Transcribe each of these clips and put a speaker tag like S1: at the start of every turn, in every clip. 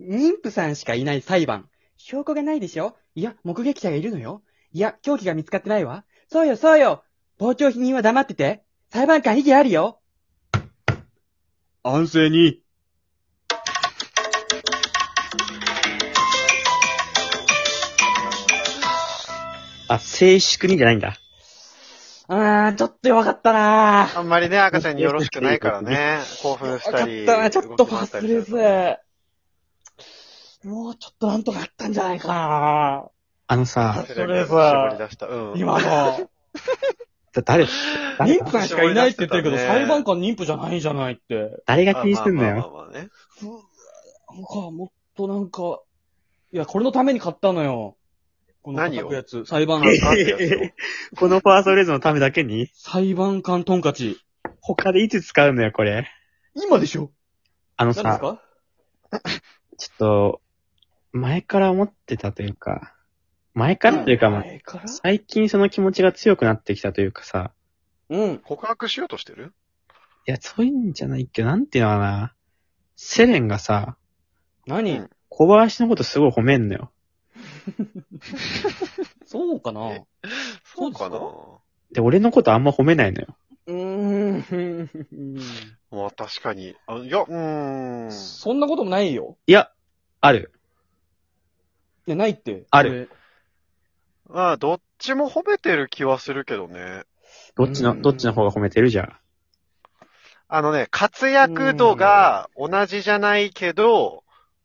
S1: 妊婦さんしかいない裁判。証拠がないでしょいや、目撃者がいるのよ。いや、凶器が見つかってないわ。そうよ、そうよ傍聴否認は黙ってて。裁判官意義あるよ。
S2: 安静に。
S3: あ、静粛にじゃないんだ。
S1: うーん、ちょっと弱かったなぁ。
S4: あんまりね、赤ちゃんによろしくないからね。興奮したり。
S1: よかったな、ちょっとファスレ
S4: 動き回ったりする
S1: ス。もうちょっとなんとかあったんじゃないかな
S3: あのさ、
S4: と
S1: それ
S4: 絞
S1: さ
S4: り出した。うん。
S1: 今 の。
S3: だ誰、誰
S1: 妊婦
S3: が、
S1: さんしかいないって言ってるけど、
S4: 絞り出してたね
S1: 裁判官妊婦じゃないんじゃないって。
S3: 誰が
S4: まあ
S3: 気にしてんの
S4: まあ
S3: よ。
S4: まあまあ
S1: な
S4: ね。
S1: んか、もっとなんか、いや、これのために買ったのよ。この叩くやつ。裁判、
S4: あったやつよ
S3: このファーストレーズのためだけに
S1: 裁判官トンカチ。
S3: 他でいつ使うのよ、これ。
S1: 今でしょ
S3: あ
S1: 何で
S3: の
S1: す
S3: さ、
S1: か
S3: ちょっと、前から思ってたというか、前からというか、まあ
S1: 前から
S3: 最近その気持ちが強くなってきたというかさ、
S1: うん。
S4: 告白しようとしてる
S3: いや、そういうんじゃないけど、なんていうのかな。セレンがさ、
S1: 何、
S4: うん
S3: 小林のことすごい褒めんのよ。
S1: そうかなう
S4: えそうかな
S1: そう
S3: で、俺のことあんま褒めないのよ。
S1: ーん。
S4: まあ確かに。あいや、うーん。
S1: そんなこともないよ。
S3: いや、ある。
S1: いや、ないって。
S3: ある
S4: まあどっちも褒めてる気はするけどね。
S3: どっちの、
S1: うん
S3: どっちの方が褒めてるじゃん。
S4: あのね、活躍度が同じじゃないけど、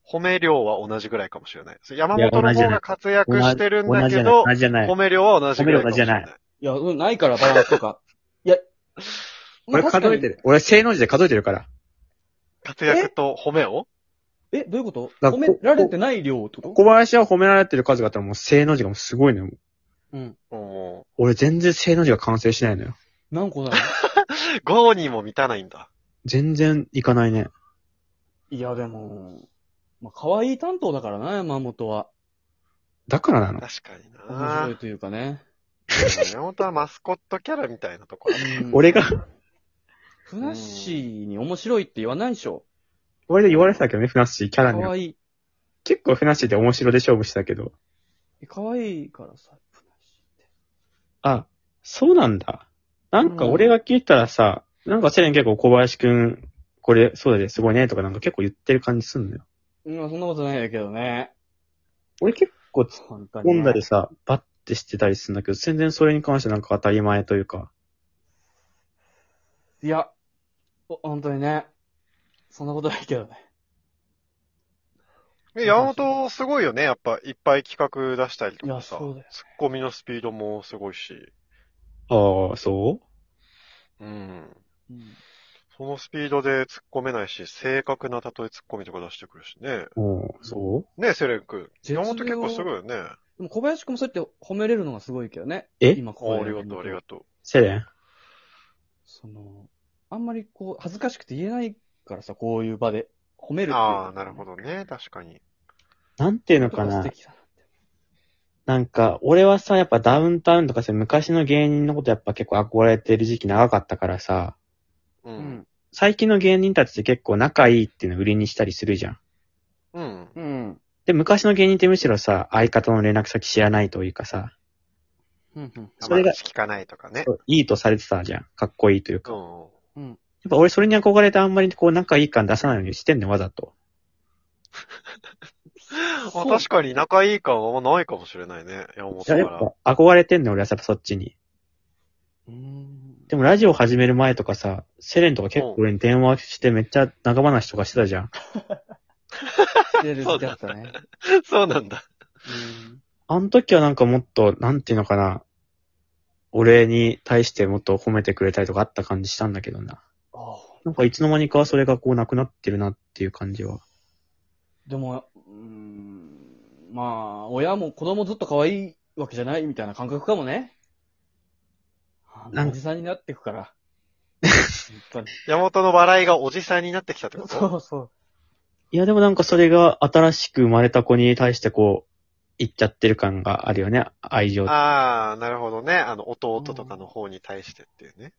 S4: 褒め量は同じぐらいかもしれない。山本の方が活躍してるんだけど
S3: 同、じじゃない。
S4: 褒め量は同じぐらいかもしれな
S3: 褒め量同
S4: い。
S1: これいや、うん、ないから、バランスと か。いや、まあ
S3: 俺数えて。る。俺正の字で数えてるから。
S4: 活躍と褒めを
S1: 確かにえ、どういうこと
S3: だ
S1: 褒められてない量ってこと
S3: 小林は褒められてる数があったらもう正の字がもうすごいのよ。
S1: うん。
S4: も
S3: 俺全然正の字が完成しないのよ。
S1: 何個だろ
S4: う、5にも満たないんだ。
S3: 全然いかないね。
S1: ういや、でも、まあ、可愛い担当だからな、山本は。
S3: だからなの。
S4: 確かに
S1: 面白
S4: ない
S1: というかね。
S4: 山本はマスコットキャラみたいなとこある。
S1: うん、
S3: 俺が、
S1: ふなっしーに面白いって言わないでしょ。
S3: 俺で言われてたけどね、フナッシーキ
S1: 可
S3: ャラには。
S1: 愛い。
S3: 結構フナッシーって面白で勝負してたけど。
S1: 可愛いからさ、ふなっしーって。
S3: あ、そうなんだ。なんか俺が聞いたらさ、なんかセレン結構小林くん、これ、そうだね、すごいね、とかなんか結構言ってる感じすんのよ。
S1: うん、そんなことないけどね。
S3: 俺結構突っ
S1: 本当にね
S3: 込んだりさ、バッてしてたりするんだけど、全然それに関してなんか当たり前というか。
S1: いや、お本当にね。そんなことないけどね。
S4: え山本すごいよね。やっぱいっぱい企画出したりと
S1: い
S4: か
S1: や、
S4: さ。
S1: そうだよ。
S4: ツッコミのスピードもすごいし。
S3: ああ、そ
S4: うん。
S1: うん
S4: そのスピードで突っ込めないし、正確な例え突っ込みとか出してくるしね。
S3: うおうそう
S4: ねえ、セレン君。
S1: 絶妙
S4: 山本結構すごいよね。あ
S1: でも小林くんもそうやって褒めれるのがすごいけどね。
S3: え
S1: 今こう
S4: ありがとう、ありが
S1: う。
S4: とう。
S3: セレン
S1: その、あんまりこう、恥ずかしくて言えないからさ、こういう場で。褒めるっていうの
S4: あ
S1: が
S4: あ、なるほどね。確かに。
S3: なんていうの
S1: だか
S3: から
S1: 素
S3: な。
S1: 敵だなって。
S3: なんか、俺はさ、やっぱダウンタウンとかさ、昔の芸人のことやっぱ結構憧れてる時期長かったからさ、
S4: う。
S1: うんん。
S3: 最近の芸人たちって結構仲いいっていうのを売りにしたりするじゃん。
S4: うん。
S1: うん。
S3: で、昔の芸人ってむしろさ、相方の連絡先知らないというかさ、
S1: うん。うん
S3: それが
S4: あまり聞かないとかね。
S3: いいとされてたじゃん。かっこいいというか。
S4: う
S3: やっ
S4: ん。
S1: うん。
S3: ぱ俺それに憧れてあんまりこう仲いい感出さないようにしてんねん、わざと。
S4: あ
S1: そう
S4: 確かに仲いい感はあんまないかもしれないね。山本
S3: いや、
S4: か
S3: や
S4: ら。
S3: っぱ憧れてんねん、俺はやっぱそっちに。
S1: うん。
S3: でもラジオ始める前とかさ、セレンとか結構俺に電話してめっちゃ仲話とかしてたじゃん。
S1: 出る好きだったね。
S4: そうなんだ。
S1: うん
S3: あの時はなんかもっと、なんていうのかな、俺に対してもっと褒めてくれたりとかあった感じしたんだけどな。
S1: ああ。
S3: なんかいつの間にかそれがこうなくなってるなっていう感じは。
S1: でも、うーん、まあ、親も子供ずっと可愛いわけじゃないみたいな感覚かもね。あ
S3: なん
S1: のおじさんになってく から。本
S4: 山本の笑いがおじさんになってきたって
S1: 当に。
S4: こと
S1: そうそう。
S3: いや、でもなんかそれが新しく生まれた子に対してこう、言っちゃってる感があるよね。愛情。だか
S4: ああ、なるほどね。あの、弟とかの方に対してっていうね。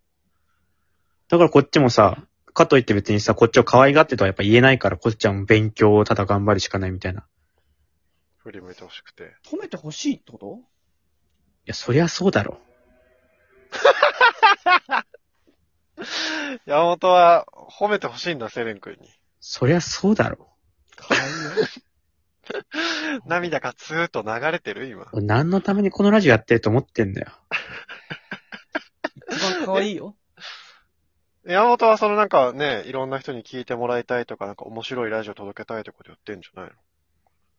S3: らこっちもさ、かといって別にさ、こっちを可愛がってとはやっぱ言えないから、こっちはもう勉強をただ頑張るしかないみたいな。い
S4: 振り向いてほしくて。
S1: 褒めてほしいってこと
S3: や、そりゃそうだろ。
S4: 山本は褒めてほしいんだ、セレン君に。
S3: そりゃそうだろ。
S1: かわいいよ。
S4: 涙がツーッと流れてる今。
S3: 俺何のためにこのラジオやってると思ってんだよ。
S1: 一番かわいいよ。
S4: 山本はそのなんかね、いろんな人に聞いてもらいたいとか、なんか面白いラジオ届けたいとかでやってんじゃないの
S3: い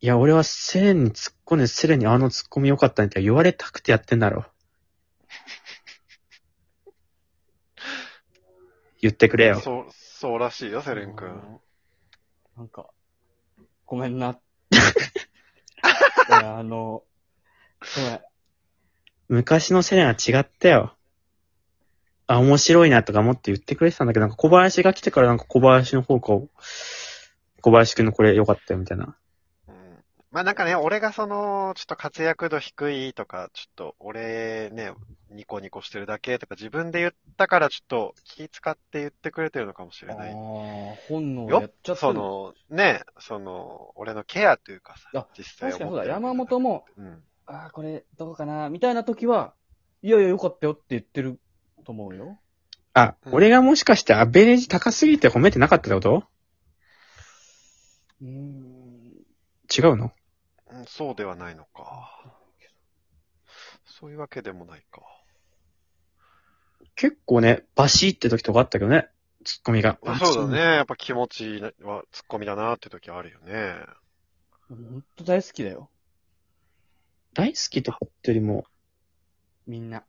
S3: や、俺はセレンに突っ込んで、セレンにあの突っ込み良かったねって言われたくてやってんだろ。言ってくれよ。
S4: そう、そうらしいよ、セレン君。
S1: なんか、ごめんな。 いや、あの、ごめん。
S3: 昔のセレンは違ったよ。あ、面白いなとか思って言ってくれてたんだけど、なんか小林が来てからなんか小林の方向を、小林くんのこれ良かったよみたいな。
S4: うんまあなんかね、俺がその、ちょっと活躍度低いとか、ちょっと俺ね、ニコニコしてるだけとか自分で言ったからちょっと気使って言ってくれてるのかもし
S1: あ
S4: れない。
S1: あ、本能
S4: よ
S1: やっちゃった
S4: そ
S1: んだ。
S4: の、ね、その、俺のケアというかさ
S1: あ、
S4: 実際
S1: 確かにそうだ、
S4: 思ってる
S1: 山本も、
S4: うん。
S1: ああ、これどうかな、みたいな時は、いやいや、よかったよって言ってると思うよ。
S3: あ、
S4: うん
S3: 俺がもしかしてアベレージ高すぎて褒めてなかったってこと
S1: うーん。
S3: 違うの
S4: うんそうではないのか。そういうわけでもないか。
S3: 結構ね、バシって時とかあったけどね、ツッコミが。
S4: そうだね。。やっぱ気持ちはツッコミだなって時あるよね。
S1: ほんと大好きだよ。
S3: 大好きとかってよりも、
S1: みんな。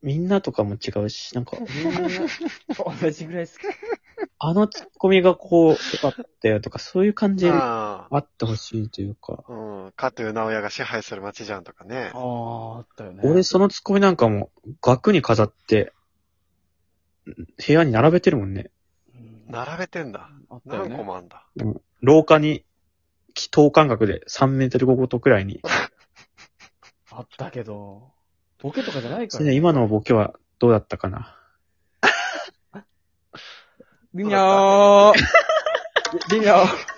S3: みんなとかも違うし、なんか、
S1: みんな、 同じぐらい好き。
S3: あのツッコミがこう、良かったよとか、そういう感じであ
S4: ああ。
S3: ってほしいというか。
S4: うん。かという直哉が支配する街じゃんとかね
S1: あ。あ、あったよね。
S3: 俺、そのツッコミなんかも、額に飾って、部屋に並べてるもんね。
S1: うん
S4: 並べてんだ。
S1: あったよ
S4: 何個
S1: ね。
S4: もあんだ。
S3: 廊下に、気等間隔で3メートルごとくらいに。
S1: あったけど、ボケとかじゃないか
S3: それ
S1: ら。
S3: で今のボケはどうだったかな。
S1: みんなー。みんなー。